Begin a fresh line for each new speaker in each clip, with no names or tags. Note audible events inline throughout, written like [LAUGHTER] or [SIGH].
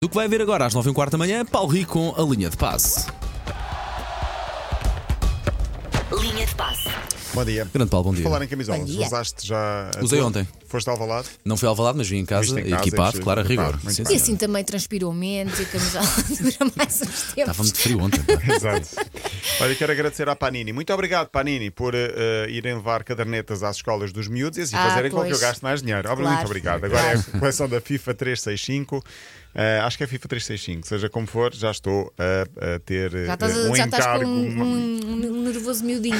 Do que vai haver agora às 9 h quarto da manhã, Paulo Rico com a linha de passe.
Linha de passe.
Bom dia. Por
Grande Paulo, bom dia.
Falar em camisolas,
Bom dia.
usaste já. a
Usei
tua?
ontem.
Foste
[LAUGHS]
alvalado?
Não fui alvalado, mas vim em casa,
Viste em casa,
equipado,
vestido,
claro, a rigor.
equipado, muito
Sim,
bem.
E
senhor.
assim também transpirou menos e a camisola [LAUGHS] dura mais uns
Estava-me
tempos.
de frio ontem.
[LAUGHS]
pá.
Exato. Olha, quero agradecer à Panini. Muito obrigado, Panini, por eh, eh, irem levar cadernetas às escolas dos miúdos e assim
Ah,
fazerem com que eu
pois.
gaste mais dinheiro. Obra- Muito
Claro.
obrigado. Agora é a coleção da FIFA 365. eh, acho que é a FIFA 365. Seja como for, já estou a, a ter eh,
Já estás, a-
um
já estás
encargo.
com um,
uma-
um- um nervoso miudinho.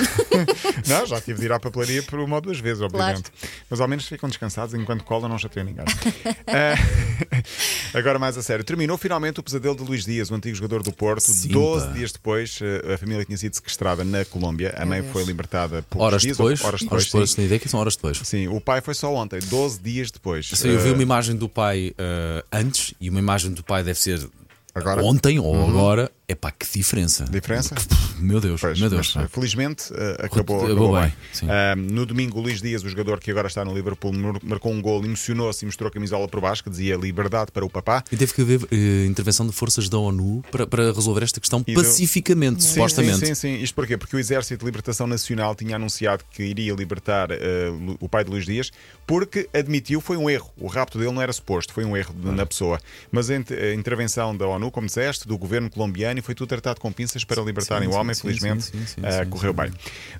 Não, já tive de ir à papelaria por uma ou duas vezes, obviamente. Mas ao menos ficam descansados enquanto cola não chateiam ninguém. Ah, [LAUGHS] agora mais a sério. Terminou finalmente o pesadelo de Luís Dias, o antigo jogador do Porto.
Sim,
12
pá.
dias depois, eh, a família tinha sido sequestrada na Colômbia. A mãe
Deus.
foi libertada por
Horas
dias,
depois,
ou- horas depois. sim.
tenho ideia que são horas depois.
Sim, o pai foi só ontem, 12 dias depois.
Sim, eu vi
Ah,
uma imagem do pai eh, antes e uma imagem do pai deve ser
Agora? Uhum.
ontem ou agora. É pá, que diferença.
Diferença?
Meu Deus,
Pois,
meu Deus.
mas,
pá.
felizmente eh, acabou,
Acabou
acabou
bem,
bem.
sim.
Ah, no domingo, o Luís Dias, o jogador que agora está no Liverpool, mar- marcou um gol, emocionou-se e mostrou a camisola por baixo, que dizia liberdade para o papá.
E teve que haver eh, intervenção de forças da ONU para, para resolver esta questão
E do-
pacificamente, supostamente.
Sim, sim, sim. Isto porquê? Porque o Exército de Libertação Nacional tinha anunciado que iria libertar eh, Lu- o pai de Luís Dias, porque admitiu foi um erro. O rapto dele não era suposto, foi um erro de-
Ah.
na pessoa. Mas a, int- a intervenção da ONU, como disseste, do governo colombiano, e foi tudo tratado com pinças para libertarem
sim,
o homem,
sim,
felizmente.
sim, sim, sim,
eh,
sim,
correu bem.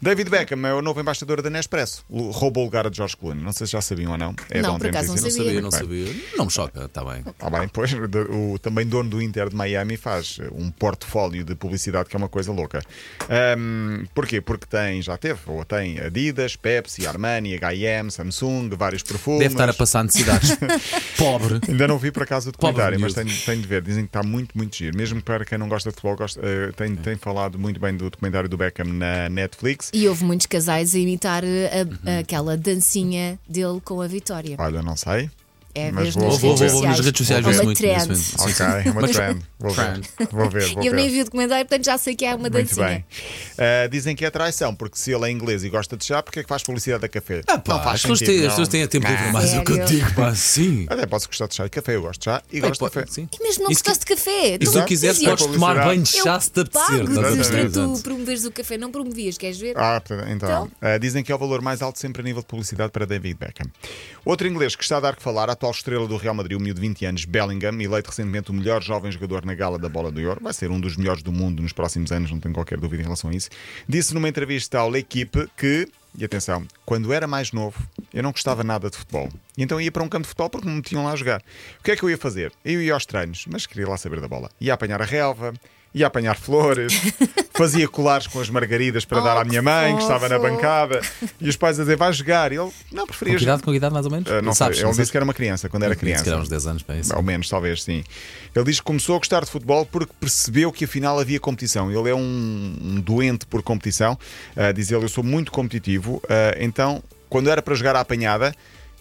David Beckham é o novo embaixador da Nespresso. Lu- Roubou o lugar de George Clooney. Não sei se já sabiam ou não. É
Não,
de ontem,
por acaso
em princípio.
Não sabia, não
Muito bem.
sabia. Não me choca, está bem.
Ah, bem, pois, de- o também dono do Inter de Miami faz um portfólio de publicidade que é uma coisa louca. Ahm, porquê? Porque tem, já teve, ou tem Adidas, Pepsi, Armani, H&M, Samsung, vários perfumes.
Deve estar a passar
[LAUGHS]
necessidades. Pobre.
Ainda não vi por
[LAUGHS]
acaso o
Pobre
documentário, mas
miúdo.
tenho, tenho de ver. Dizem que está muito, muito giro. Mesmo para quem não gosta de futebol, gosta, eh, tem, tem falado muito bem do documentário do Beckham na Netflix.
[LAUGHS] E houve muitos casais a imitar eh, a-
Uhum.
aquela dancinha dele com a Vitória.
Olha, não sei.
É,
mas
vês
vou-
Ah,
nas
Vou,
Nas
vou,
redes
vou,
redes
vou nas redes sociais
sociais. É
ver
uma
muito
trend.
isso. Sim,
Ok,
sim.
é uma
Mas-
trend. Vou ver. Vou ver, vou
Eu
ver.
nem vi o documentário, portanto já sei que é uma
Muito
dancinha.
bem. Uh, dizem que é traição, porque se ele é inglês e gosta de chá, porque é que faz publicidade a café?
Ah, pá,
não faz
as pessoas
sentido,
têm,
não.
as pessoas têm tempo livre mais do que eu
Sério?
digo, pá, sim.
Até posso gostar de chá e café, eu gosto de chá e
Bem,
gosto de
pode-
café.
sim.
E mesmo não
E se
gostaste de café.
E se
não
tu quiseres,
dizias.
podes tomar
Publicidade.
banho de
Eu é
chá se te apetecer. é?
pago-te,
estás a
Exatamente.
ver?
desde tu
Exato.
promoveres o café, não promovias, queres ver?
Ah, portanto, então, uh, dizem que é o valor mais alto sempre a nível de publicidade para David Beckham. Outro inglês que está a dar que falar, a atual estrela do Real Madrid, o miúdo de 20 anos, Bellingham, eleito recentemente o melhor jovem jogador na gala da Bola de Ouro, vai ser um dos melhores do mundo nos próximos anos, não tenho qualquer dúvida em relação a isso. Disse numa entrevista ao L'Equipe que, e atenção, quando era mais novo, eu não gostava nada de futebol. E então ia para um campo de futebol porque me metiam lá a jogar. O que é que eu ia fazer? Eu ia aos treinos, mas queria lá saber da bola. Ia apanhar a relva, ia apanhar flores, fazia colares com as margaridas para
Oh,
dar à minha mãe, que
que
estava na
fofo.
bancada, e os pais a dizer vai jogar. E ele não
Com
preferia
que idade, com que idade, mais ou menos?
Ah, não sei,
sabes, é
ele
não
disse
sabes?
que era uma criança, quando era
Se calhar
criança.
uns 10 anos, para isso.
Ao menos, talvez, sim. Ele diz que começou a gostar de futebol porque percebeu que afinal havia competição. Ele é um, um doente por competição. Ah, diz ele, eu sou muito competitivo. Ah, então, quando era para jogar à apanhada,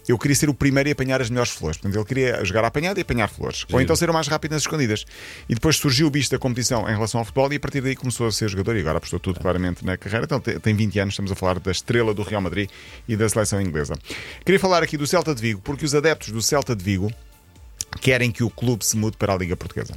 eu queria ser o primeiro e apanhar as melhores flores. Portanto, ele queria jogar à apanhada e apanhar flores. Ou então ser o mais rápido nas escondidas. E depois surgiu o bicho da competição em relação ao futebol e a partir daí começou a ser jogador e agora apostou tudo claramente na carreira. Então, te- tem 20 anos, estamos a falar da estrela do Real Madrid e da seleção inglesa. Queria falar aqui do Celta de Vigo, porque os adeptos do Celta de Vigo querem que o clube se mude para a Liga Portuguesa.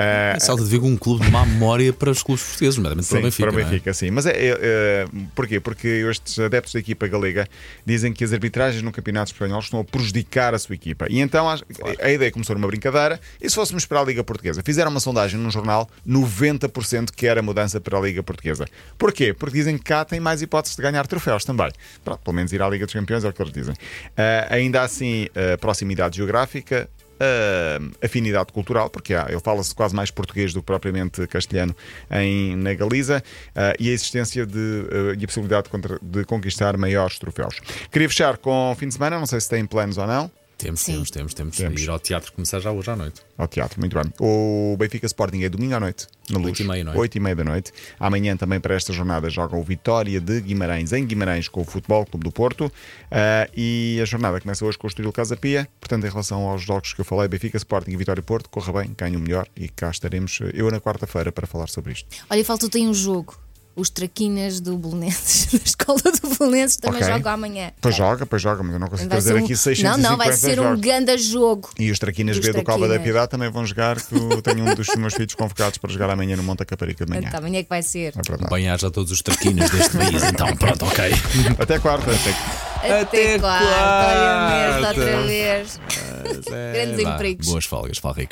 Ah,
Salta de Vigo um clube de má memória para os clubes portugueses, nomeadamente para o
sim,
Benfica.
para o
não é?
Benfica, sim. Mas é, é, é, porquê? Porque estes adeptos da equipa galega dizem que as arbitragens no Campeonato Espanhol estão a prejudicar a sua equipa. E então a, a ideia começou numa brincadeira. E se fôssemos para a Liga Portuguesa? Fizeram uma sondagem num jornal, 90% quer a mudança para a Liga Portuguesa. Porquê? Porque dizem que cá tem mais hipóteses de ganhar troféus também. Pronto, pelo menos ir à Liga dos Campeões é o que eles dizem. Ah, ainda assim, a proximidade geográfica, hum, afinidade cultural, porque há- ele fala-se quase mais português do que propriamente castelhano em, na Galiza, ah, e a existência de, ah, e a possibilidade de, contra- de conquistar maiores troféus. Queria fechar com o fim de semana, não sei se têm planos ou não.
Temos,
Sim.
temos, temos, temos.
Temos.
Ir ao teatro começar já hoje à noite.
Ao teatro, muito bem. O Benfica Sporting é domingo à noite, na luz.
Oito e meia, não é?
Oito e meia da noite. Amanhã também para esta jornada jogam o Vitória de Guimarães em Guimarães com o Futebol Clube do Porto. Ah, e a jornada começa hoje com o Estoril Casa Pia. Portanto, em relação aos jogos que eu falei, Benfica Sporting e Vitória Porto,
Tá
corra bem, ganhe o melhor e cá estaremos eh, eu na quarta-feira para falar sobre isto.
Olha, falta tem um jogo. os traquinas do Belenenses, [LAUGHS] da escola do Belenenses, também
Ok.
jogam amanhã.
Pois joga, pois joga, mas eu não consigo
Vai ser
trazer
um-
aqui 650
Não, não, vai ser um
jogos.
grande jogo.
E os traquinas
dos
B do Calva da
traquinas.
Piedade também vão jogar, que eu tenho um dos meus filhos convocados para jogar amanhã no Monte Caparica de manhã.
Então, amanhã é que vai ser.
É verdade.
Bem, haja todos os traquinas deste país, então pronto, ok.
Até quarta. Até...
Até
quarta, olha mesmo,
quarta.
outra vez. Grandes
Vá,
empregos.
é,
Boas folgas, Falricos.